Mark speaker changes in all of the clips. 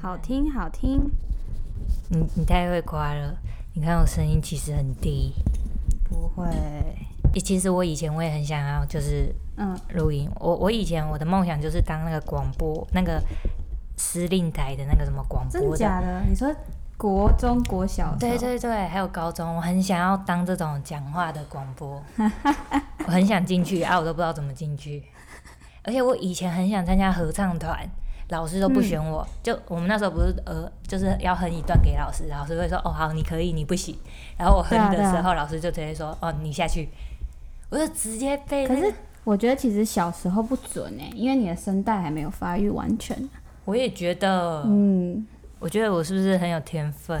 Speaker 1: 好听好听，
Speaker 2: 你你太会夸了，你看我声音其实很低。
Speaker 1: 不会，
Speaker 2: 诶其实我以前我也很想要就是
Speaker 1: 嗯，
Speaker 2: 录音，我我以前我的梦想就是当那个广播那个司令台的那个什么广
Speaker 1: 真
Speaker 2: 播
Speaker 1: 假的？你说国中、国小的时候
Speaker 2: 对，对对，还有高中，我很想要当这种讲话的广 播，我很想进去啊，我都不知道怎么进去。而且我以前很想参加合唱团，老师都不选
Speaker 1: 嗯
Speaker 2: 我，就我们那时候不是呃，就是要哼一段给老师，老师会说哦好，你可以，你不行。然后我哼的
Speaker 1: 对啊
Speaker 2: 时
Speaker 1: 对
Speaker 2: 候，老师就直接说哦你下去，我就直接被
Speaker 1: 可
Speaker 2: 那个。
Speaker 1: 是我觉得其实小时候不准哎、因为你的声带还没有发育完全。
Speaker 2: 我也觉得，
Speaker 1: 嗯，
Speaker 2: 我觉得我是不是很有天分？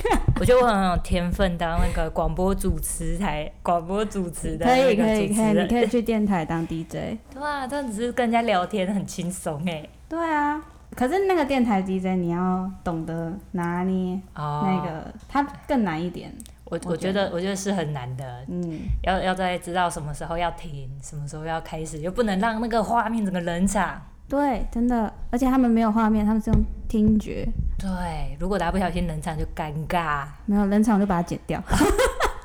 Speaker 2: 我觉得我很有天分当那个广播主持台广播主持的
Speaker 1: 可
Speaker 2: 那
Speaker 1: 以
Speaker 2: 个
Speaker 1: 可以
Speaker 2: 主持
Speaker 1: 可以，你
Speaker 2: 人。
Speaker 1: 可以去电台当 DJ。
Speaker 2: 对啊，这样只是跟人家聊天很轻松哎。
Speaker 1: 对啊，可是那个电台 DJ 你要懂得拿捏
Speaker 2: 哦
Speaker 1: 那个，它更难一点。
Speaker 2: 我
Speaker 1: 我
Speaker 2: 我觉得我觉得是很难的，
Speaker 1: 嗯，
Speaker 2: 要要在知道什么时候要停，什么时候要开始，又不能让那个画面整个冷场。
Speaker 1: 对，真的，而且他们没有画面，他们是用听觉，
Speaker 2: 对，如果大家不小心冷场就尴尬。
Speaker 1: 没有冷场就把它剪掉。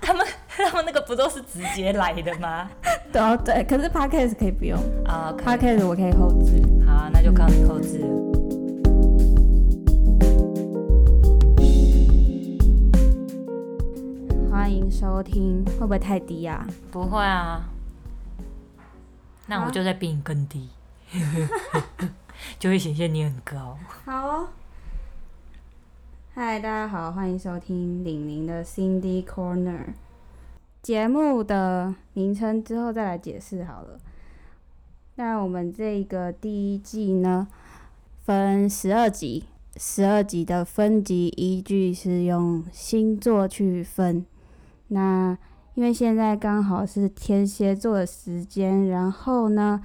Speaker 2: 他们那个不都是直接来的吗？
Speaker 1: 对哦，对，可是 podcast 可以不用
Speaker 2: 啊、可以
Speaker 1: ，podcast 我可以后置。
Speaker 2: 好，那就靠你扣字。
Speaker 1: 欢迎收听，会不会太低啊？
Speaker 2: 不会啊，那我就再比你更 低，就会显现你很高。
Speaker 1: 好哦。嗨，大家好，欢迎收听玲玲的 Cindy Corner 节目的名称，之后再来解释好了。那我们这个第一季呢，分十二集，十二集的分级依据是用星座去分。那因为现在刚好是天蝎座的时间，然后呢，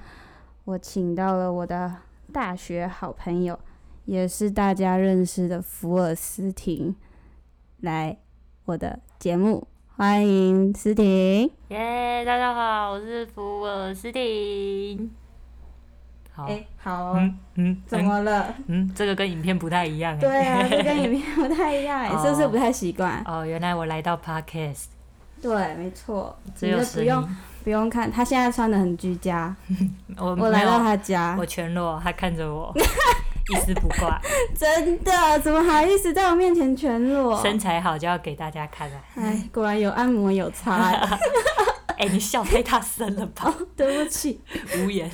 Speaker 1: 我请到了我的大学好朋友，也是大家认识的福尔斯婷来我的节目，欢迎斯婷。
Speaker 2: 耶大家好，我是福尔斯汀。好，
Speaker 1: 哎好
Speaker 2: 嗯嗯，
Speaker 1: 怎么了？
Speaker 2: 嗯？嗯，这个跟影片不太一样哎。
Speaker 1: 对啊，这跟影片不太一 样欸，
Speaker 2: 哦
Speaker 1: 是不是不太习惯？
Speaker 2: 哦，原来我来到 podcast
Speaker 1: 对，没错，
Speaker 2: 只
Speaker 1: 你
Speaker 2: 有
Speaker 1: 就不
Speaker 2: 声音
Speaker 1: 用，不用看，他现在穿的很居家，
Speaker 2: 我
Speaker 1: 我
Speaker 2: 没
Speaker 1: 来到
Speaker 2: 有，
Speaker 1: 他家
Speaker 2: 我，全裸，他看着 我，一丝不 挂，
Speaker 1: 真的，怎么好意思在我面前全裸？
Speaker 2: 身材好就要给大家看啊。
Speaker 1: 哎，果然有按摩有擦 欸，
Speaker 2: 哎，你笑太大声了 吧？
Speaker 1: 对不起，
Speaker 2: 无言。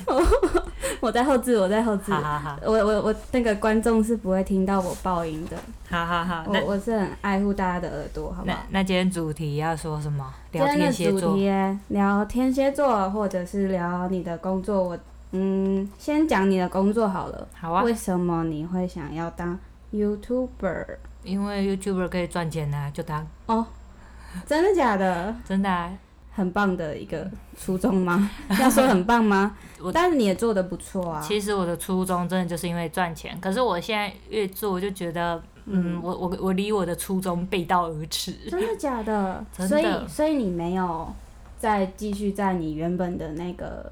Speaker 1: 我在后置，我在后置
Speaker 2: 哈。哈哈，
Speaker 1: 我我我那个观众是不会听到我爆音的，
Speaker 2: 哈哈哈。
Speaker 1: 我
Speaker 2: 那
Speaker 1: 我是很爱护大家的耳朵，好不
Speaker 2: 那
Speaker 1: 好？
Speaker 2: 那今天主题要说什么？
Speaker 1: 今
Speaker 2: 聊
Speaker 1: 天的
Speaker 2: 天蝎
Speaker 1: 主
Speaker 2: 座
Speaker 1: 题。耶聊天蝎座，或者是聊你的工作。我嗯，先讲你的工作好了。
Speaker 2: 好啊，
Speaker 1: 为什么你会想要当 YouTuber？
Speaker 2: 因为 YouTuber 可以赚钱啊，就当
Speaker 1: 哦，真的假的？
Speaker 2: 真的啊。
Speaker 1: 很棒的一个初衷 吗？要说很棒吗
Speaker 2: 我？
Speaker 1: 但是你也做的不错啊。
Speaker 2: 其实我的初衷真的就是因为赚钱，可是我现在越做我就觉得，嗯，我我我离我的初衷背道而 驰。
Speaker 1: 真的假的？
Speaker 2: 真的
Speaker 1: 所以所以你没有再继续在你原本的那个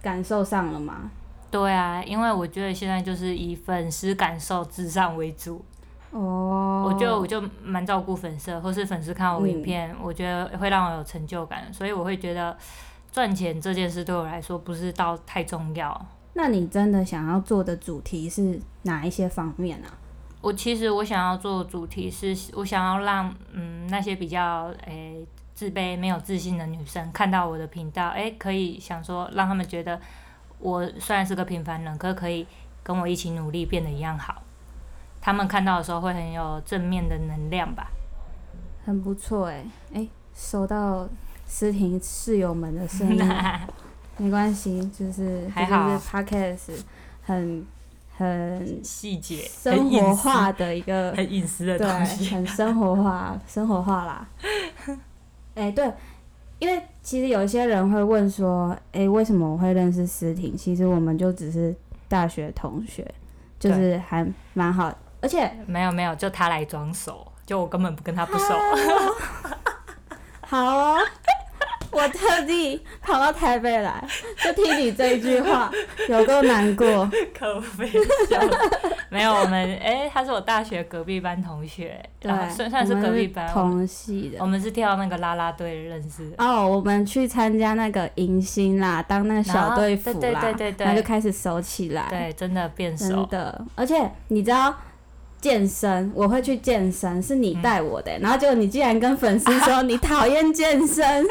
Speaker 1: 感受上了吗？
Speaker 2: 对啊，因为我觉得现在就是以粉丝感受至上为主，
Speaker 1: 哦
Speaker 2: 我就我就蛮照顾粉丝的，或是粉丝看我影片，
Speaker 1: 嗯
Speaker 2: 我觉得会让我有成就感，所以我会觉得赚钱这件事对我来说不是到太重要。
Speaker 1: 那你真的想要做的主题是哪一些方面啊？
Speaker 2: 我其实我想要做的主题是，我想要让嗯那些比较诶、自卑没有自信的女生看到我的频道，诶、可以想说让他们觉得我虽然是个平凡人，可可以跟我一起努力变得一样好。他们看到的时候会很有正面的能量吧？
Speaker 1: 很不错哎、哎、收到思婷室友们的声 音，没关系，就是
Speaker 2: 还好
Speaker 1: 这就是 podcast 很很
Speaker 2: 细节
Speaker 1: 生活，化的一个
Speaker 2: 很隐私的
Speaker 1: 对，很生活化，生活化啦。哎、对，因为其实有些人会问说，哎、为什么我会认识思婷？其实我们就只是大学同学，就是还蛮好，而且
Speaker 2: 没有没有，就他 来
Speaker 1: 啊
Speaker 2: 装熟，就我根本不跟他不熟。
Speaker 1: 好哦，我我特地跑到台北来，就听你这一句 话，有够难过。
Speaker 2: 可悲笑。没有，我们哎、他是我大学隔壁班同学，
Speaker 1: 对，
Speaker 2: 啊然后算算是
Speaker 1: 我们
Speaker 2: 隔壁班，我们
Speaker 1: 同系的
Speaker 2: 我。们是跳那个啦啦队认识的。
Speaker 1: 哦，我们去参加那个迎新啦，当那个
Speaker 2: 然
Speaker 1: 小
Speaker 2: 后
Speaker 1: 队服啦，
Speaker 2: 对对对对对
Speaker 1: 然后就开始熟起来。
Speaker 2: 对，真的变
Speaker 1: 真
Speaker 2: 熟。
Speaker 1: 的，而且你知道健身，我会去健身，是
Speaker 2: 嗯
Speaker 1: 你带我的欸、然后结果你竟然跟粉丝 说你讨厌健身，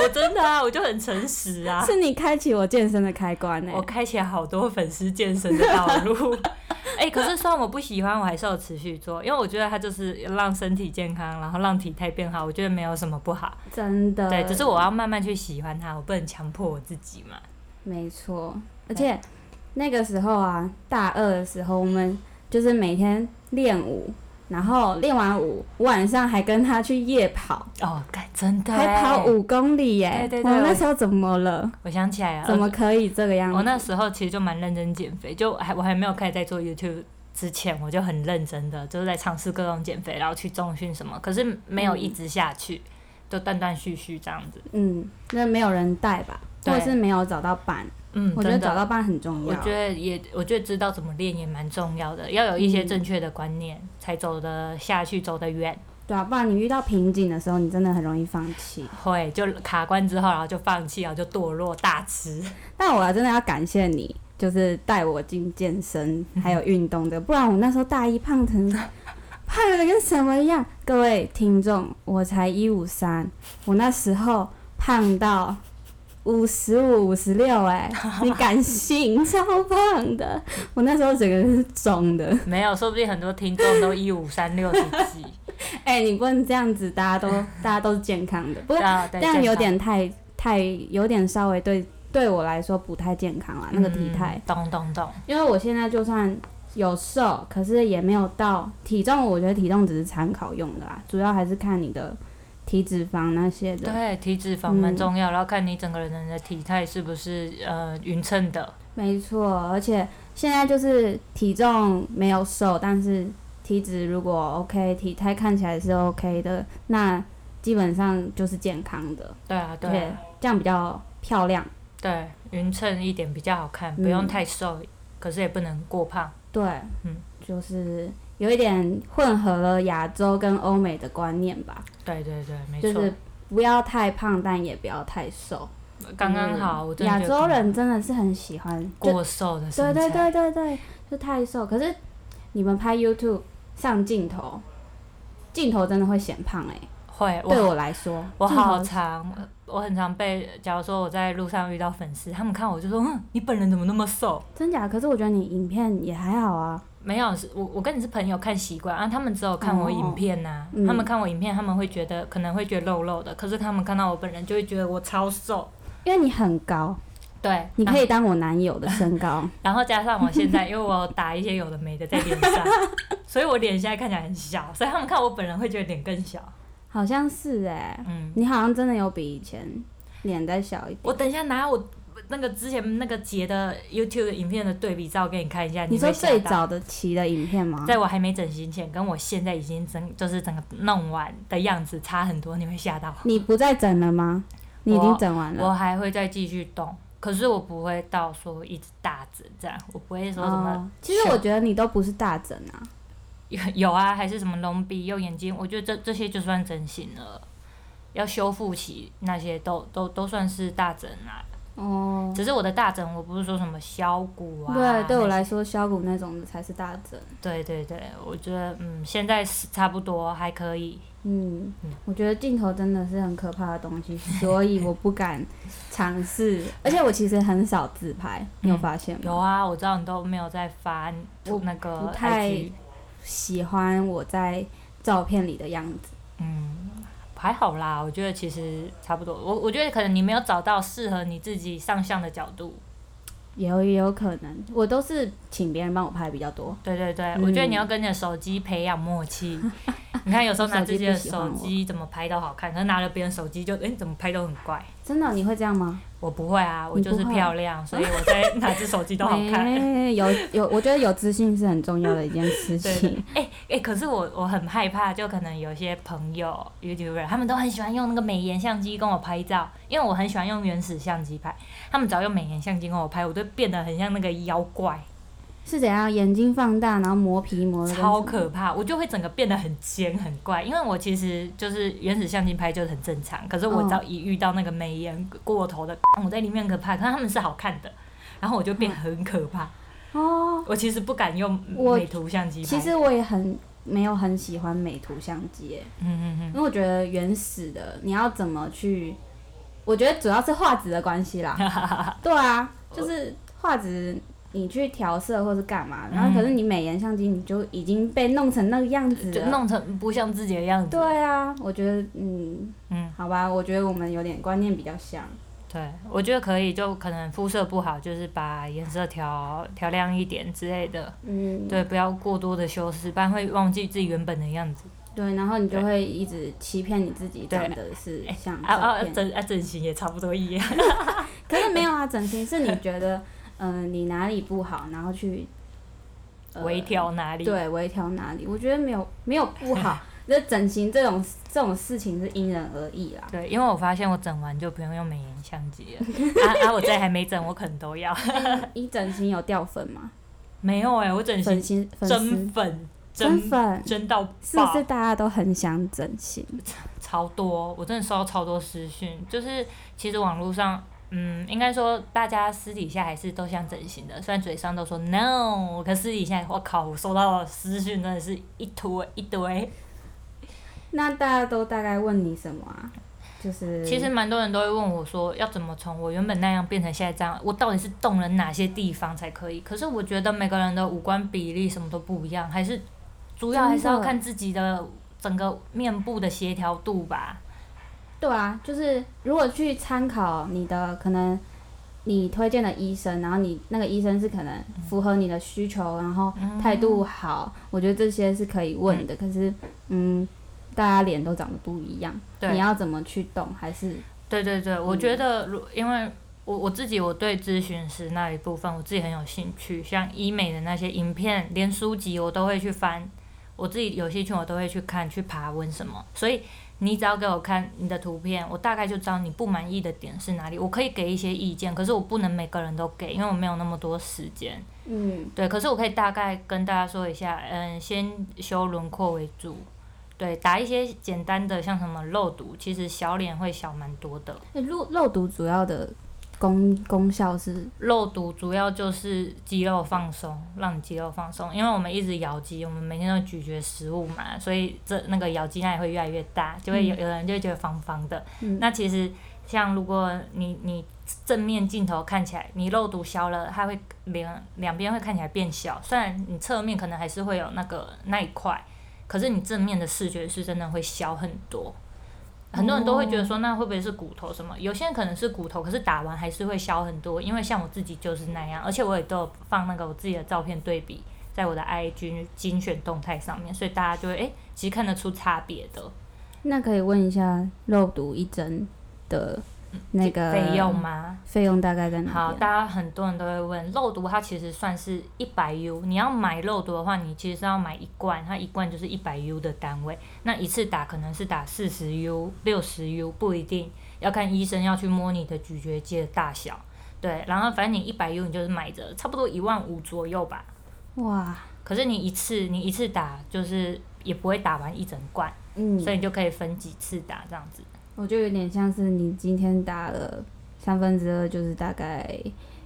Speaker 2: 我真的啊，我就很诚实啊。
Speaker 1: 是你开启我健身的开关呢、欸
Speaker 2: 我开启了好多粉丝健身的道 路。哎、可是虽然我不喜欢，我还是有持续做，因为我觉得它就是让身体健康，然后让体态变好，我觉得没有什么不好。
Speaker 1: 真的，
Speaker 2: 对，只是我要慢慢去喜欢它，我不能强迫我自己嘛。
Speaker 1: 没错，而且那个时候啊，大二的时候，我们就是每天练舞。然后练完舞，晚上还跟他去夜跑，
Speaker 2: 哦，该真的
Speaker 1: 还跑
Speaker 2: 欸。
Speaker 1: 五公里耶！
Speaker 2: 对对对
Speaker 1: 我们那
Speaker 2: 我
Speaker 1: 时候怎么了？
Speaker 2: 我想起来了，
Speaker 1: 怎么可以这个样子？
Speaker 2: 我那时候其实就蛮认真减肥，就还我还没有开始在做 YouTube 之前，我就很认真的就是在尝试各种减肥，然后去重训什么，可是没有一直下去，就断断续续这样子。
Speaker 1: 嗯，那没有人带吧，或
Speaker 2: 对
Speaker 1: 者是没有找到伴。
Speaker 2: 嗯，
Speaker 1: 我觉得
Speaker 2: 真的
Speaker 1: 找到伴很重
Speaker 2: 我
Speaker 1: 要。
Speaker 2: 觉得也，我觉得知道怎么练也蛮重要的，要有一些
Speaker 1: 嗯
Speaker 2: 正确的观念，才走得下去，走得远。
Speaker 1: 对啊，不然你遇到瓶颈的时候，你真的很容易放弃。
Speaker 2: 会就卡关之后，然后就放弃，然后就堕落大吃。
Speaker 1: 但我真的要感谢你，就是带我进健身还有运动的，不然我那时候大一胖成胖的跟什么一样。各位听众，我才一五三，我那时候胖到。五十五、五十六，哎，你敢信？超胖的，我那时候整个人是肿的。
Speaker 2: 没有，说不定很多听众都一五三六十几，
Speaker 1: 哎、你不能这样子，大家都大家都是健康的， 不过
Speaker 2: 啊
Speaker 1: 这
Speaker 2: 对
Speaker 1: 样
Speaker 2: 健
Speaker 1: 有
Speaker 2: 康
Speaker 1: 点太太有点稍微对对我来说不太健康啦，那个体态，
Speaker 2: 嗯懂懂懂，
Speaker 1: 因为我现在就算有瘦，可是也没有到体重，我觉得体重只是参考用的啦，主要还是看你的体脂肪那些的。嗯
Speaker 2: 对，体脂肪蛮重要，然后看你整个人的体态是不是呃匀称的。
Speaker 1: 没错，而且现在就是体重没有瘦，但是体脂如果 OK，体态看起来是 OK 的，那基本上就是健康的，
Speaker 2: 对啊，
Speaker 1: 而
Speaker 2: 对
Speaker 1: 且
Speaker 2: 啊
Speaker 1: 这样比较漂亮。
Speaker 2: 对，匀称一点比较好看，
Speaker 1: 嗯
Speaker 2: 不用太瘦，可是也不能过胖。
Speaker 1: 对，
Speaker 2: 嗯，
Speaker 1: 就是有一点混合了亚洲跟欧美的观念吧，
Speaker 2: 对对对，没
Speaker 1: 就
Speaker 2: 错。
Speaker 1: 是不要太胖，但也不要太瘦。嗯
Speaker 2: 刚刚好，我真的
Speaker 1: 亚
Speaker 2: 觉得
Speaker 1: 洲人真的是很喜欢，就
Speaker 2: 过瘦的身
Speaker 1: 对
Speaker 2: 材，
Speaker 1: 对对对对，就太瘦。可是你们拍 YouTube 上镜头，镜头真的会显胖哎、
Speaker 2: 会
Speaker 1: 对
Speaker 2: 我
Speaker 1: 我来说，
Speaker 2: 我
Speaker 1: 镜头
Speaker 2: 好常我很常被，假如说我在路上遇到粉丝，他们看我就说，嗯，你本人怎么那么瘦？
Speaker 1: 真假？可是我觉得你影片也还好啊，
Speaker 2: 没有，是我我跟你是朋友看习惯啊，他们只有看我影片呐、
Speaker 1: 哦嗯
Speaker 2: 他们看我影片，他们会觉得可能会觉得肉肉的，可是他们看到我本人就会觉得我超瘦。
Speaker 1: 因为你很高，
Speaker 2: 对，
Speaker 1: 你可
Speaker 2: 以，
Speaker 1: 以当我男友的身高。
Speaker 2: 然后加上我现在，因为我打一些有的没的在脸 上，所以我脸现在看起来很小，所以他们看我本人会觉得脸更小。
Speaker 1: 好像是哎、
Speaker 2: 嗯，
Speaker 1: 你好像真的有比以前脸再小一点。
Speaker 2: 我等一下拿我那个之前那个截的 YouTube 影片的对比照给你看一下，
Speaker 1: 你说
Speaker 2: 会吓
Speaker 1: 最
Speaker 2: 到，
Speaker 1: 早的期的影片吗？
Speaker 2: 在我还没整形前，跟我现在已经整就是整个弄完的样子差很多，你会吓到。
Speaker 1: 你不再整了吗？你已经整完了。
Speaker 2: 我还会再继续动，可是我不会到说一直大整这样，我不会说什么、
Speaker 1: 哦其实我觉得你都不是大整啊，
Speaker 2: 有 有啊，还是什么隆鼻、右眼睛，我觉得这这些就算整形了。要修复期那些都都都算是大整啊，
Speaker 1: 哦，
Speaker 2: 只是我的大整我不是说什么削骨啊，
Speaker 1: 对，对
Speaker 2: 那
Speaker 1: 我
Speaker 2: 些
Speaker 1: 来说削骨那种的才是大整。
Speaker 2: 对对对，我觉得嗯，现在是差不多还可以。
Speaker 1: 嗯
Speaker 2: 嗯，
Speaker 1: 我觉得镜头真的是很可怕的东西，所以我不敢尝试。 而且我其实很少自拍，你有发现
Speaker 2: 有
Speaker 1: 吗？
Speaker 2: 啊，我知道你都没有在发
Speaker 1: 我
Speaker 2: 那个
Speaker 1: 不太
Speaker 2: IG
Speaker 1: 喜欢我在照片里的样子。
Speaker 2: 嗯，还好啦，我觉得其实差不多。我我觉得可能你没有找到适合你自己上相的角度。
Speaker 1: 也有也有可能，我都是请别人帮我拍比较多。
Speaker 2: 对对对，
Speaker 1: 嗯
Speaker 2: 我觉得你要跟你的手机培养默 契。你看，有时候拿自己的
Speaker 1: 手机不喜欢
Speaker 2: 手
Speaker 1: 我
Speaker 2: 机怎么拍都好看，可是拿了别人手机就，哎、怎么拍都很怪。
Speaker 1: 真的你会这样吗？
Speaker 2: 我不会啊，我
Speaker 1: 你
Speaker 2: 就是
Speaker 1: 不会
Speaker 2: 漂亮，所以我 在哪只手机都好看。
Speaker 1: 哎有有，我觉得有自信是很重要的一件 事
Speaker 2: 对
Speaker 1: 情。
Speaker 2: 哎、哎、可是我我很害怕，就可能有些朋友 YouTuber 他们都很喜欢用那个美颜相机跟我拍照，因为我很喜欢用原始相机拍，他们只要用美颜相机跟我拍，我都变得很像那个妖怪，
Speaker 1: 是怎样？眼睛放大，然后磨皮磨的
Speaker 2: 超可怕，我就会整个变得很尖很怪，因为我其实就是原始相机拍就是很正常，可是我
Speaker 1: 嗯
Speaker 2: 只要一遇到那个美颜过头的，我在里面可怕，可是他们是好看的，然后我就变很可怕，
Speaker 1: 哦。
Speaker 2: 我其实不敢用
Speaker 1: 我
Speaker 2: 美图相机拍，
Speaker 1: 其实我也很没有很喜欢美图相机耶，
Speaker 2: 嗯嗯嗯
Speaker 1: 因为我觉得原始的你要怎么去，我觉得主要是画质的关系啦。 对啊，就是画质。你去调色或是干嘛，
Speaker 2: 嗯
Speaker 1: 然后可是你美颜相机你就已经被弄成那个样子
Speaker 2: 就
Speaker 1: 了，
Speaker 2: 弄成不像自己的样子。
Speaker 1: 对啊，我觉得嗯，
Speaker 2: 嗯，
Speaker 1: 好吧，我觉得我们有点观念比较像。
Speaker 2: 对，我觉得可以，就可能肤色不好，就是把颜色调调亮一点之类的。
Speaker 1: 嗯，
Speaker 2: 对，不要过多的修饰，不然会忘记自己原本的样子。
Speaker 1: 对，然后你就
Speaker 2: 对
Speaker 1: 会一直欺骗你自己，
Speaker 2: 对
Speaker 1: 长得是像
Speaker 2: 啊啊，
Speaker 1: 照片。
Speaker 2: 整啊整形也差不多一样。
Speaker 1: 可是没有啊，整形是你觉得， 嗯、你哪里不好，然后去、呃
Speaker 2: 微调哪里？
Speaker 1: 对微调哪里，我觉得没有没有不 好。那整形这种这种事情是因人而异啦。
Speaker 2: 对，因为我发现我整完就不用用美颜相机了。啊啊，我在还没整，我可能都要。
Speaker 1: 你整形有掉粉吗？
Speaker 2: 没有哎、我整
Speaker 1: 粉
Speaker 2: 形
Speaker 1: 形粉
Speaker 2: 真
Speaker 1: 丝
Speaker 2: 粉
Speaker 1: 真
Speaker 2: 真
Speaker 1: 粉
Speaker 2: 真到
Speaker 1: 是不
Speaker 2: 爆
Speaker 1: 是，大家都很想整形？
Speaker 2: 超多，我真的收到超多私讯，就是其实网络上，嗯，应该说大家私底下还是都想整形的，虽然嘴上都说 no，可私底下我靠，我收到的私讯真的是一堆一堆。
Speaker 1: 那大家都大概问你什么啊？就是
Speaker 2: 其实蛮多人都会问我说，要怎么从我原本那样变成现在这样？我到底是动了哪些地方才可以？可是我觉得每个人的五官比例什么都不一样，还是主要还是要
Speaker 1: 真的
Speaker 2: 看自己的整个面部的协调度吧。
Speaker 1: 对啊，就是如果去参考你的可能你推荐的医生，然后你那个医生是可能符合你的需求，然后
Speaker 2: 嗯
Speaker 1: 态度好，我觉得这些是可以问的。可是，嗯，大家脸都长得不一样，
Speaker 2: 对
Speaker 1: 你要怎么去动？还是
Speaker 2: 对对对，我觉得如因为我我自己我对咨询师那一部分我自己很有兴趣，像医美的那些影片，连书籍我都会去翻，我自己有兴趣我都会去看去爬文什么，所以你只要给我看你的图片，我大概就知道你不满意的点是哪里，我可以给一些意见，可是我不能每个人都给，因为我没有那么多时间。
Speaker 1: 嗯，
Speaker 2: 对，可是我可以大概跟大家说一下，嗯，先修轮廓为主。对，打一些简单的，像什么肉毒，其实小脸会小蛮多的。
Speaker 1: 诶欸肉肉毒主要的功功效是
Speaker 2: 肉毒主要就是肌肉放松，让你肌肉放松，因为我们一直咬肌，我们每天都咀嚼食物嘛，所以这那个咬肌那也会越来越大，就会有、有人就会觉得方方的。
Speaker 1: 嗯
Speaker 2: 那其实像如果你你正面镜头看起来，你肉毒消了，它会两两边会看起来变小，虽然你侧面可能还是会有那个那一块，可是你正面的视觉是真的会小很多。很多人都会觉得说，那会不会是骨头什么？有些人可能是骨头，可是打完还是会消很多，因为像我自己就是那样，而且我也都有放那个我自己的照片对比在我的 IG 精选动态上面，所以大家就会哎、诶其实看得出差别的
Speaker 1: 那可以问一下肉毒一针的那个
Speaker 2: 费用？吗？
Speaker 1: 费用大概在哪
Speaker 2: 好，
Speaker 1: 边？
Speaker 2: 大家很多人都会问，肉毒它其实算是一百 U，你要买肉毒的话，你其实是要买一罐，它一罐就是一百 U 的单位，那一次打可能是打四十 U、六十 U 不一定，要看医生要去摸你的咀嚼肌的大小，对，然后反正你一百 U 你就是买着差不多一万五左右吧，
Speaker 1: 哇，
Speaker 2: 可是你一次你一次打就是也不会打完一整罐，
Speaker 1: 嗯，
Speaker 2: 所以你就可以分几次打这样子。
Speaker 1: 我就有点像是你今天打了三分之二，就是大概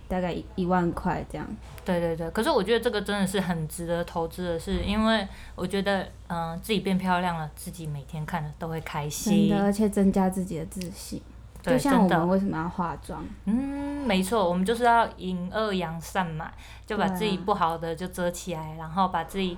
Speaker 1: 大概一万块这样。
Speaker 2: 对对对，可是我觉得这个真的是很值得投资的事，因为我觉得，嗯、自己变漂亮了，自己每天看了都会开
Speaker 1: 真
Speaker 2: 心
Speaker 1: 的，。而且增加自己的自信。就
Speaker 2: 对，
Speaker 1: 像我们
Speaker 2: 真的，
Speaker 1: 为什么要化妆？
Speaker 2: 嗯，没错，我们就是要引恶扬善嘛，就把
Speaker 1: 对啊
Speaker 2: 自己不好的就遮起来，然后把自己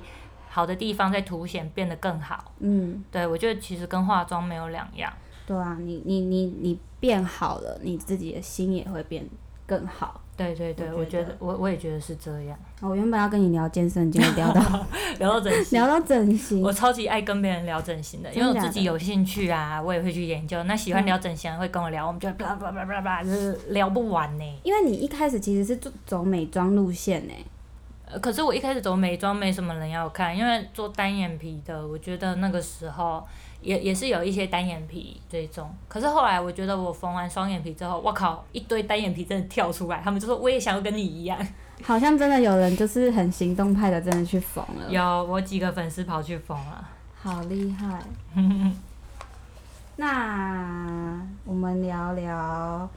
Speaker 2: 好的地方再凸显，变得更好。
Speaker 1: 嗯，
Speaker 2: 对，我觉得其实跟化妆没有两样。
Speaker 1: 对啊，你你你你变好了，你自己的心也会变更好。
Speaker 2: 对对对，
Speaker 1: 我
Speaker 2: 我
Speaker 1: 觉
Speaker 2: 觉
Speaker 1: 得
Speaker 2: 得我我也觉得是这样。
Speaker 1: 我原本要跟你聊健身，结果聊到
Speaker 2: 聊到整 形，
Speaker 1: 聊到整形
Speaker 2: 我，超级爱跟别人聊整形嗯的，因为
Speaker 1: 真
Speaker 2: 嗯我
Speaker 1: 的假
Speaker 2: 自己
Speaker 1: 的
Speaker 2: 有兴趣啊，我也会去研究。那喜欢聊整形的会跟我聊，我们就会 blah blah blah blah blah，就是聊不完呢、
Speaker 1: 因为你一开始其实是走走美妆路线欸诶、
Speaker 2: 呃可是我一开始走美妆没什么人要看，因为做单眼皮的，我觉得那个时候也也是有一些单眼皮追踪。可是后来我觉得我缝完双眼皮之后，我靠，一堆单眼皮真的跳出来，他们就说我也想要跟你一样。
Speaker 1: 好像真的有人就是很行动派的，真的去缝了，
Speaker 2: 有我几个粉丝跑去缝啊了，
Speaker 1: 好厉害。那我们聊聊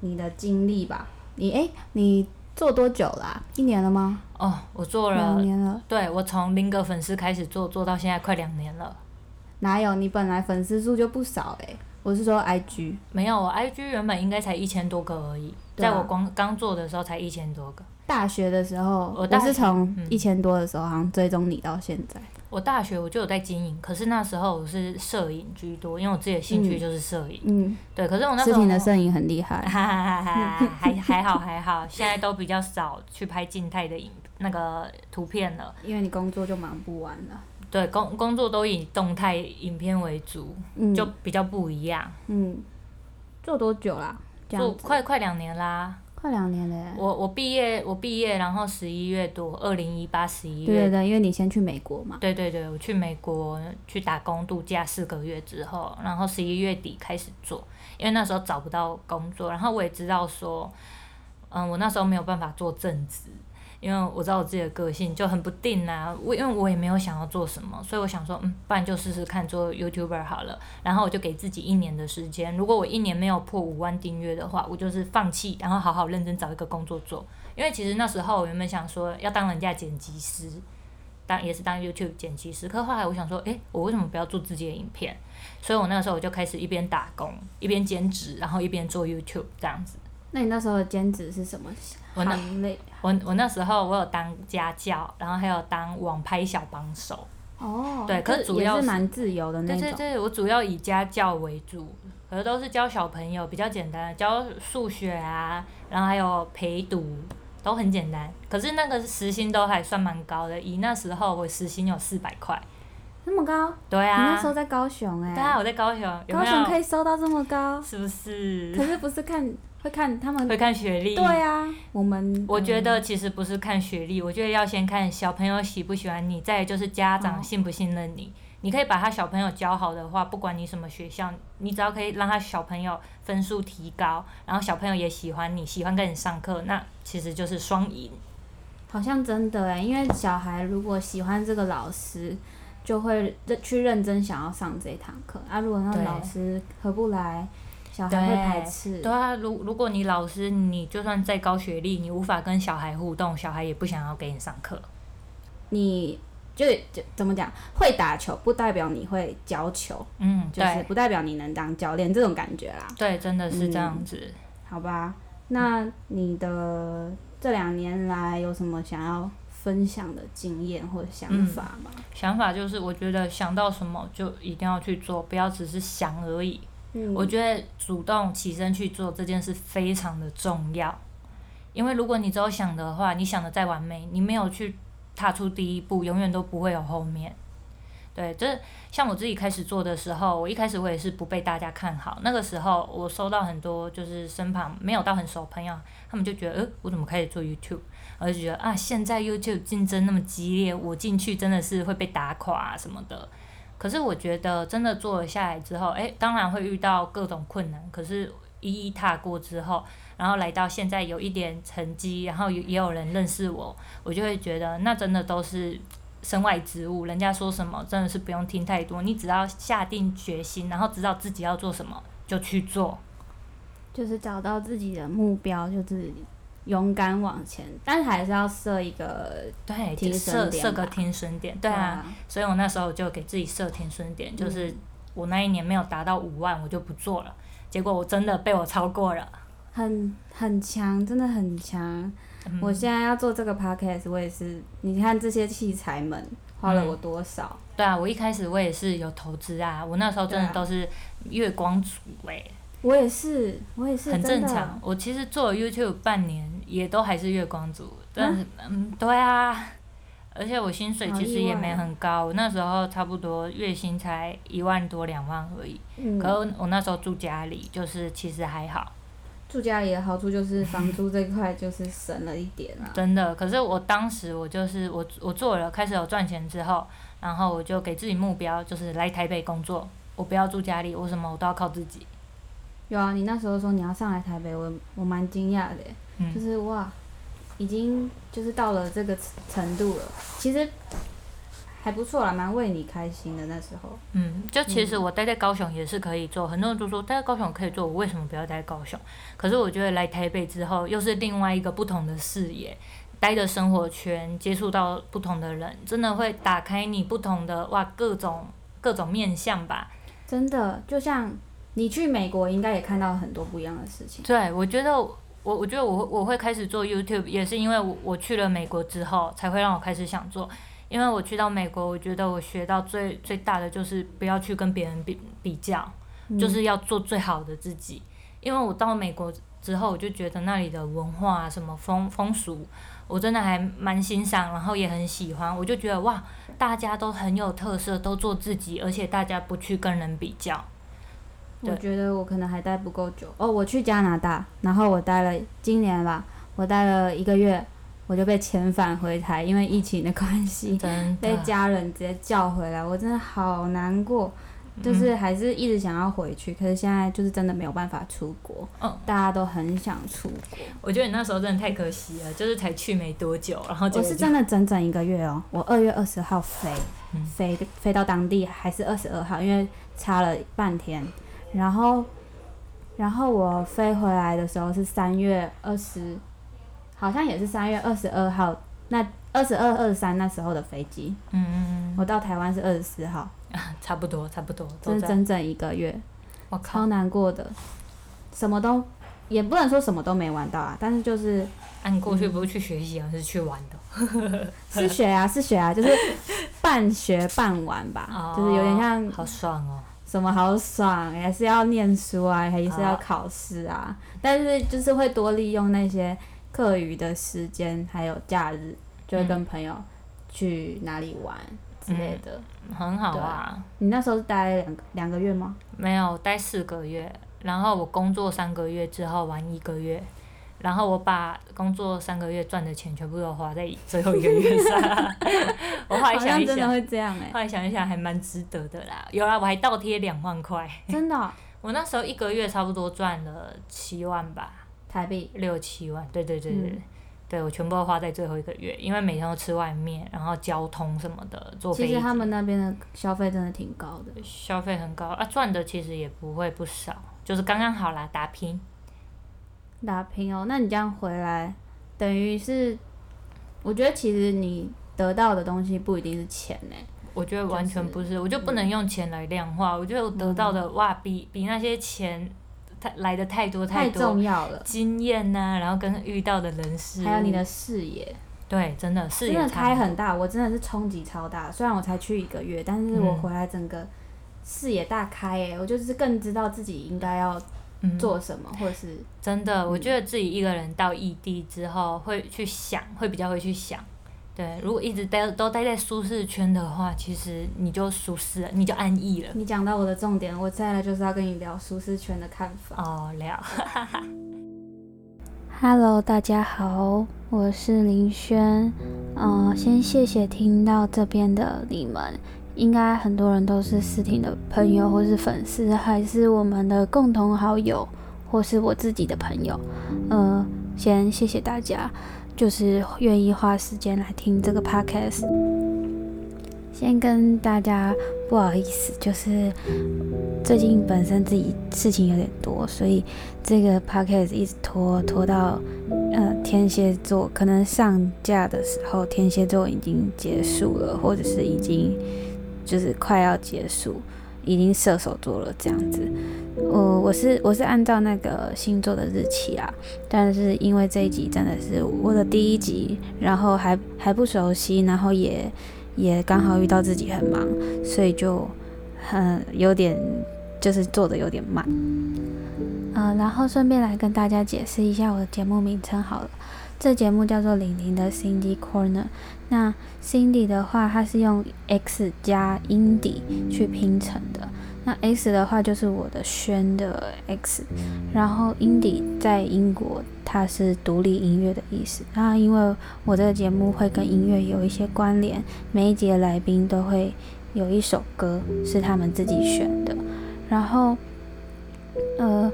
Speaker 1: 你的经历吧。你哎、你做多久啦、一年了吗？
Speaker 2: 哦，我做了
Speaker 1: 两，年了？
Speaker 2: 对我从零个粉丝开始做，做到现在快两年了。
Speaker 1: 哪有？你本来粉丝数就不少哎、我是说 IG，
Speaker 2: 没有，我 IG 原本应该才一千多个而已，
Speaker 1: 对啊
Speaker 2: 在我刚刚做的时候才一千多个。
Speaker 1: 大学的时候，
Speaker 2: 我
Speaker 1: 我
Speaker 2: 大
Speaker 1: 是从
Speaker 2: 嗯
Speaker 1: 一千多的时候好像追踪你到现在。
Speaker 2: 我大学我就有在经营，可是那时候我是摄影居多，因为我自己的兴趣就是摄影。
Speaker 1: 嗯，
Speaker 2: 对，可是哦我那时
Speaker 1: 视
Speaker 2: 候
Speaker 1: 频的摄影很厉害
Speaker 2: 哈。哈哈哈，还还好还好，现在都比较少去拍静态的影那个图片了。
Speaker 1: 因为你工作就忙不完了。
Speaker 2: 对，工工作都以动态影片为主，
Speaker 1: 嗯，
Speaker 2: 就比较不一样。
Speaker 1: 嗯，做多久啦？这
Speaker 2: 做
Speaker 1: 样子
Speaker 2: 快快两年啦，
Speaker 1: 快两年了耶。
Speaker 2: 我我毕业我毕业，然后十一月多，二零一八十一
Speaker 1: 对
Speaker 2: 月
Speaker 1: 对对，因为你先去美国嘛。
Speaker 2: 对对对，我去美国去打工度假四个月之后，然后十一月底开始做，因为那时候找不到工作，然后我也知道说，嗯，我那时候没有办法做正职，因为我知道我自己的个性就很不定啊，我因为我也没有想要做什么，所以我想说，嗯，不然就试试看做 YouTuber 好了，然后我就给自己一年的时间，如果我一年没有破五万订阅的话，我就是放弃，然后好好认真找一个工作做，因为其实那时候我原本想说要当人家剪辑师。当也是当 YouTube 剪辑师，可是后来我想说，诶，我为什么不要做自己的影片？所以我那个时候我就开始一边打工，一边兼职，然后一边做 YouTube 这样子。
Speaker 1: 那你那时候的兼职是什么
Speaker 2: 我那
Speaker 1: 行类？
Speaker 2: 我我那时候我有当家教，然后还有当网拍小帮手。
Speaker 1: 哦，
Speaker 2: 对可是
Speaker 1: 就
Speaker 2: 主
Speaker 1: 也
Speaker 2: 要
Speaker 1: 是
Speaker 2: 是
Speaker 1: 蛮自由的那
Speaker 2: 对对
Speaker 1: 种。
Speaker 2: 对，我主要以家教为主，可是都是教小朋友，比较简单，教数学啊，然后还有陪读，都很简单。可是那个时薪都还算蛮高的，以那时候我时薪有四百块。
Speaker 1: 那么高？你
Speaker 2: 对啊
Speaker 1: 那，时候在高雄哎？
Speaker 2: 对啊，我在高雄，有
Speaker 1: 高
Speaker 2: 没
Speaker 1: 雄
Speaker 2: 有？
Speaker 1: 可以收到这么高？
Speaker 2: 是不是？
Speaker 1: 可是不是看会看他们？
Speaker 2: 会看学历。
Speaker 1: 对啊，我们
Speaker 2: 我觉
Speaker 1: 嗯
Speaker 2: 得其实不是看学历，我觉得要先看小朋友喜不喜欢你，再来就是家
Speaker 1: 哦
Speaker 2: 长信不信任你。你可以把他小朋友教好的话，不管你什么学校，你只要可以让他小朋友分数提高，然后小朋友也喜欢你，喜欢跟你上课，那其实就是双赢。
Speaker 1: 好像真的哎，因为小孩如果喜欢这个老师，就会认去认真想要上这一堂课啊。如果那个
Speaker 2: 对
Speaker 1: 老师合不来，小孩会
Speaker 2: 对
Speaker 1: 排斥。
Speaker 2: 对啊，如如果你老师你就算再高学历，你无法跟小孩互动，小孩也不想要给你上课。
Speaker 1: 你就就怎么讲，会打球不代表你会教球，
Speaker 2: 嗯，
Speaker 1: 就是
Speaker 2: 对
Speaker 1: 不代表你能当教练这种感觉啦，
Speaker 2: 对，真的是这样
Speaker 1: 嗯
Speaker 2: 子。
Speaker 1: 好吧？那你的这两年来有什么想要分享的经验或想
Speaker 2: 嗯
Speaker 1: 法吗？
Speaker 2: 想法就是，我觉得想到什么就一定要去做，不要只是想而已。
Speaker 1: 嗯
Speaker 2: 我觉得主动起身去做这件事非常的重要，因为如果你只有想的话，你想的再完美，你没有去踏出第一步，永远都不会有后面。对，这像我自己开始做的时候，我一开始我也是不被大家看好。那个时候我收到很多就是身旁没有到很熟朋友，他们就觉得，呃，我怎么开始做 YouTube？我就觉得啊，现在 YouTube 竞争那么激烈，我进去真的是会被打垮、啊、什么的。可是我觉得真的做了下来之后，诶，当然会遇到各种困难，可是一一踏过之后，然后来到现在有一点成绩，然后也也有人认识我，我就会觉得那真的都是身外之物，人家说什么真的是不用听太多，你只要下定决心，然后知道自己要做什么就去做。
Speaker 1: 就是找到自己的目标，就是勇敢往前，但还是要设一个
Speaker 2: 对，
Speaker 1: 停
Speaker 2: 就
Speaker 1: 损
Speaker 2: 设
Speaker 1: 点
Speaker 2: 设个
Speaker 1: 吧
Speaker 2: 停损点，对啊，，所以我那时候就给自己设停损点，就是我那一年没有达到五万，我就不做了。结果我真的被我超过了。
Speaker 1: 很很强，真的很强。
Speaker 2: 嗯
Speaker 1: 我现在要做这个 podcast，我也是，你看这些器材们花
Speaker 2: 嗯
Speaker 1: 了我多少？
Speaker 2: 对啊，我一开始我也是有投资啊，我那时候真
Speaker 1: 对啊
Speaker 2: 的都是月光族哎、
Speaker 1: 我也是，我也是，
Speaker 2: 很
Speaker 1: 真
Speaker 2: 正
Speaker 1: 的哦
Speaker 2: 常。。我其实做了 YouTube 半年，也都还是月光族，但、嗯，对啊，而且我薪水
Speaker 1: 好
Speaker 2: 其实
Speaker 1: 意
Speaker 2: 也
Speaker 1: 外
Speaker 2: 没
Speaker 1: 哦
Speaker 2: 很高，我那时候差不多月薪才一万多两万而已。可
Speaker 1: 嗯，
Speaker 2: 我我那时候住家里，就是其实还好，
Speaker 1: 住家里的好处就是房租这块就是省了一点啊啦。
Speaker 2: 真的。可是我当时我就是我我做了开始有赚钱之后，然后我就给自己目标，就是来台北工作，我不要住家里，我什么我都要靠自己。
Speaker 1: 有啊，你那时候说你要上来台北，我我蛮惊讶的耶，就
Speaker 2: 嗯，
Speaker 1: 是哇，已经就是到了这个程度了，其实还不错啦，蛮为你开心的那时候。
Speaker 2: 嗯，就其实我待在高雄也是可以做，很多人都说待在高雄可以做，我为什么不要待在高雄？可是我觉得来台北之后，又是另外一个不同的视野，待的生活圈，接触到不同的人，真的会打开你不同的哇各种各种面向吧。
Speaker 1: 真的，就像你去美国，应该也看到很多不一样的事情。
Speaker 2: 对，我觉得我我觉得我会我会开始做 YouTube，也是因为我我去了美国之后，才会让我开始想做。因为我去到美国，我觉得我学到最最大的就是不要去跟别人比比较，就是要做最好的自己。因为我到美国之后，我就觉得那里的文化、啊、什么风风俗，我真的还蛮欣赏，然后也很喜欢。我就觉得哇，大家都很有特色，都做自己，而且大家不去跟人比较。
Speaker 1: 我
Speaker 2: 对
Speaker 1: 觉得我可能还待不够久哦。我去加拿大，然后我待了今年吧，我待了一个月，我就被遣返回台，因为疫情的关系，
Speaker 2: 真
Speaker 1: 被
Speaker 2: 的，
Speaker 1: 家人直接叫回来，我真的好难过。
Speaker 2: 嗯
Speaker 1: 就是还是一直想要回去，可是现在就是真的没有办法出国，
Speaker 2: 嗯
Speaker 1: 大家都很想出国。
Speaker 2: 我觉得你那时候真的太可惜了，就是才去没多久，然后就
Speaker 1: 我是真的整整一个月哦，我二月二十号飞，
Speaker 2: 嗯
Speaker 1: 飞飞到当地还是二十二号，因为差了半天。然后，然后我飞回来的时候是三月二十，好像也是三月二十二号，那二十二、二十三那时候的飞机。
Speaker 2: 嗯，
Speaker 1: 我到台湾是二十四号，
Speaker 2: 差不多差不多，
Speaker 1: 真
Speaker 2: 都在
Speaker 1: 的嗯整整一个月，
Speaker 2: 我靠
Speaker 1: 超，难过的，什么都也不能说什么都没玩到啊，但是 就是
Speaker 2: 按过去不是去学习，而是去玩的。
Speaker 1: 是学啊，是学啊，就是半学半玩吧，
Speaker 2: 哦
Speaker 1: 就是有点像
Speaker 2: 好爽哦。
Speaker 1: 什么好爽，还是要念书啊，还是要
Speaker 2: 好
Speaker 1: 考试啊，
Speaker 2: 嗯
Speaker 1: 但是就是会多利用那些课余的时间，还有假日，就会跟朋友去哪里玩之类的。
Speaker 2: 很好啊，
Speaker 1: 你那时候是待两个两个月吗？
Speaker 2: 没有待四个月，然后我工作三个月之后玩一个月，然后我把工作三个月赚的钱全部都花在最后一个月 上。我后
Speaker 1: 好
Speaker 2: 来想
Speaker 1: 像
Speaker 2: 一
Speaker 1: 真的
Speaker 2: 想，
Speaker 1: 会这样哎、
Speaker 2: 后来想一想还蛮值得的啦。有啦，我还倒贴两万块，
Speaker 1: 真的哦、
Speaker 2: 我那时候一个月差不多赚了七万吧，
Speaker 1: 台币
Speaker 2: 六七万。对对对对
Speaker 1: 嗯
Speaker 2: 对。对，我全部都花在最后一个月，因为每天都吃外面，然后交通什么的，坐飞
Speaker 1: 其
Speaker 2: 机。
Speaker 1: 实他们那边的消费真的挺高的。
Speaker 2: 消费很高啊，赚的其实也不会不少，就是刚刚好啦，打拼。
Speaker 1: 打拼哦。那你这样回来，等于是，我觉得其实你得到的东西不一定是钱欸呢、
Speaker 2: 我觉得完全不是，我就不能用钱来量
Speaker 1: 嗯
Speaker 2: 化。我觉得我得到的、哇，比比那些钱太来的太多
Speaker 1: 太
Speaker 2: 多，
Speaker 1: 重要了。
Speaker 2: 经验呐、然后跟遇到的人事，
Speaker 1: 还有你的视野，
Speaker 2: 对，真的视
Speaker 1: 真
Speaker 2: 野
Speaker 1: 的
Speaker 2: 差
Speaker 1: 开很大，我真的是冲击超大。虽然我才去一个月，但是我
Speaker 2: 嗯
Speaker 1: 回来整个视野大开耶、我就是更知道自己应该要
Speaker 2: 嗯
Speaker 1: 做嗯什么，或者是
Speaker 2: 真的，我觉得自己一个人到异地之后，会去想，会比较会去想。对，如果一直待都待在舒适圈的话，其实你就舒适了，你就安逸了。
Speaker 1: 你讲到我的重点，我再来就是要跟你聊舒适圈的看法。
Speaker 2: 哦，了。
Speaker 1: Hello，大家好，我是林轩。呃，先谢谢听到这边的你们，应该很多人都是思婷的朋友，或是粉丝，还是我们的共同好友，或是我自己的朋友。呃，先谢谢大家，就是愿意花时间来听这个 podcast。先跟大家不好意思，就是最近本身自己事情有点多，所以这个 podcast 一直拖拖到呃天蝎座，可能上架的时候天蝎座已经结束了，或者是已经就是快要结束，已经射手座了这样子。我、我是我是按照那个星座的日期啦，但是因为这一集真的是我的第一集，然后还还不熟悉，然后也也刚好遇到自己很忙，所以就很有点就是做的有点慢。呃，然后顺便来跟大家解释一下我的节目名称好了。这节目叫做李玲的 Cindy Corner。那 Cindy 的话，它是用 X 加 Indy 去拼成的。那 X 的话就是我的轩的 X，然后 Indy 在英国它是独立音乐的意思。那因为我这个节目会跟音乐有一些关联，每一节来宾都会有一首歌是他们自己选的。然后，呃，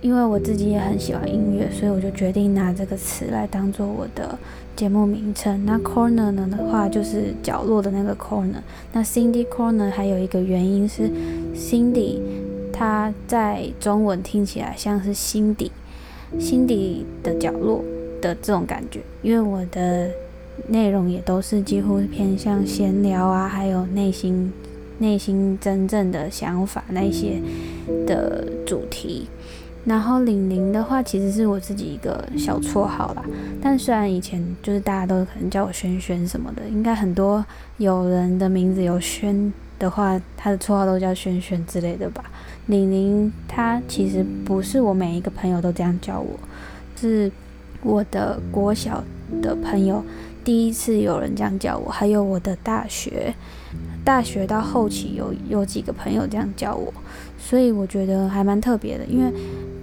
Speaker 1: 因为我自己也很喜欢音乐，所以我就决定拿这个词来当做我的节目名称。那 corner 呢的话，就是角落的那个 corner。那 Cindy corner 还有一个原因是 Cindy，它在中文听起来像是心底，心底的角落的这种感觉。因为我的内容也都是几乎偏向闲聊啊，还有内心内心真正的想法那一些的主题。然后玲玲的话，其实是我自己一个小绰号啦。但虽然以前就是大家都可能叫我轩轩什么的，应该很多有人的名字有轩的话，他的绰号都叫轩轩之类的吧。玲玲她其实不是我每一个朋友都这样叫我，是我的国小的朋友第一次有人这样叫我，还有我的大学，大学到后期有有几个朋友这样叫我，所以我觉得还蛮特别的，因为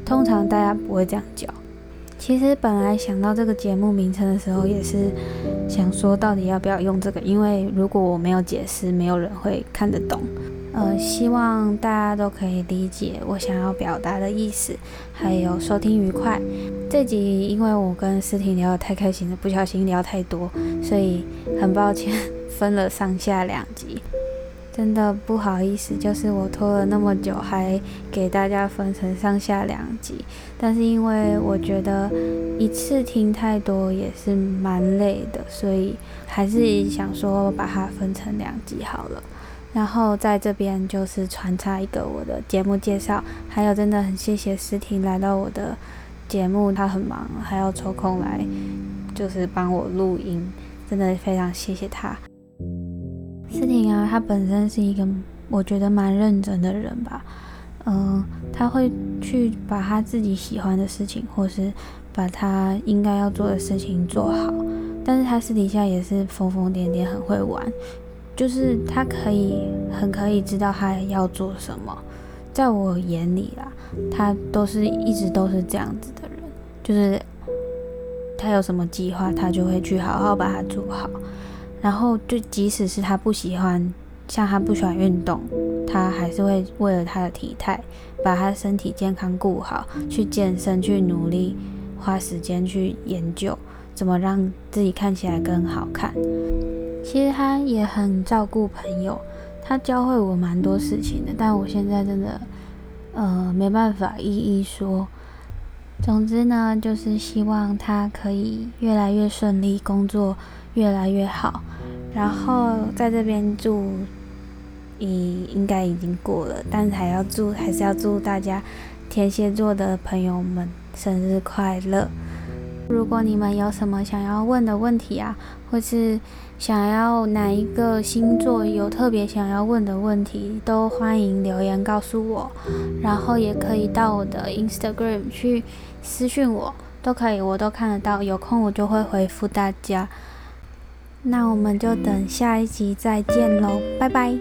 Speaker 1: 通常大家不会这样叫。其实本来想到这个节目名称的时候，也是想说到底要不要用这个，因为如果我没有解释，没有人会看得懂。呃，希望大家都可以理解我想要表达的意思，还有收听愉快。这集因为我跟思婷聊得太开心了，不小心聊太多，所以很抱歉 分了上下两集，真的不好意思，就是我拖了那么久，还给大家分成上下两集。但是因为我觉得一次听太多也是蛮累的，所以还是想说把它分成两集好了。然后在这边就是穿插一个我的节目介绍，还有真的很谢谢思婷来到我的节目，她很忙，还要抽空来就是帮我录音，真的非常谢谢她。思婷啊，她本身是一个我觉得蛮认真的人吧，嗯、她会去把她自己喜欢的事情，或是把她应该要做的事情做好，但是她私底下也是疯疯癫癫，很会玩，就是她可以很可以知道她要做什么，在我眼里啦，她都是一直都是这样子的人，就是她有什么计划，她就会去好好把它做好。然后就即使是他不喜欢，像他不喜欢运动，他还是会为了他的体态，把他身体健康顾好，去健身，去努力，花时间去研究怎么让自己看起来更好看。其实他也很照顾朋友，他教会我蛮多事情的，但我现在真的，呃，没办法一一说。总之呢，就是希望他可以越来越顺利，工作越来越好。然后在这边祝，已应该已经过了，但还要祝，还是要祝大家天蝎座的朋友们生日快乐。如果你们有什么想要问的问题啊，或是想要哪一个星座有特别想要问的问题，都欢迎留言告诉我，然后也可以到我的 Instagram 去私讯我，都可以，我都看得到，有空我就会回复大家。那我们就等下一集再见喽，拜拜。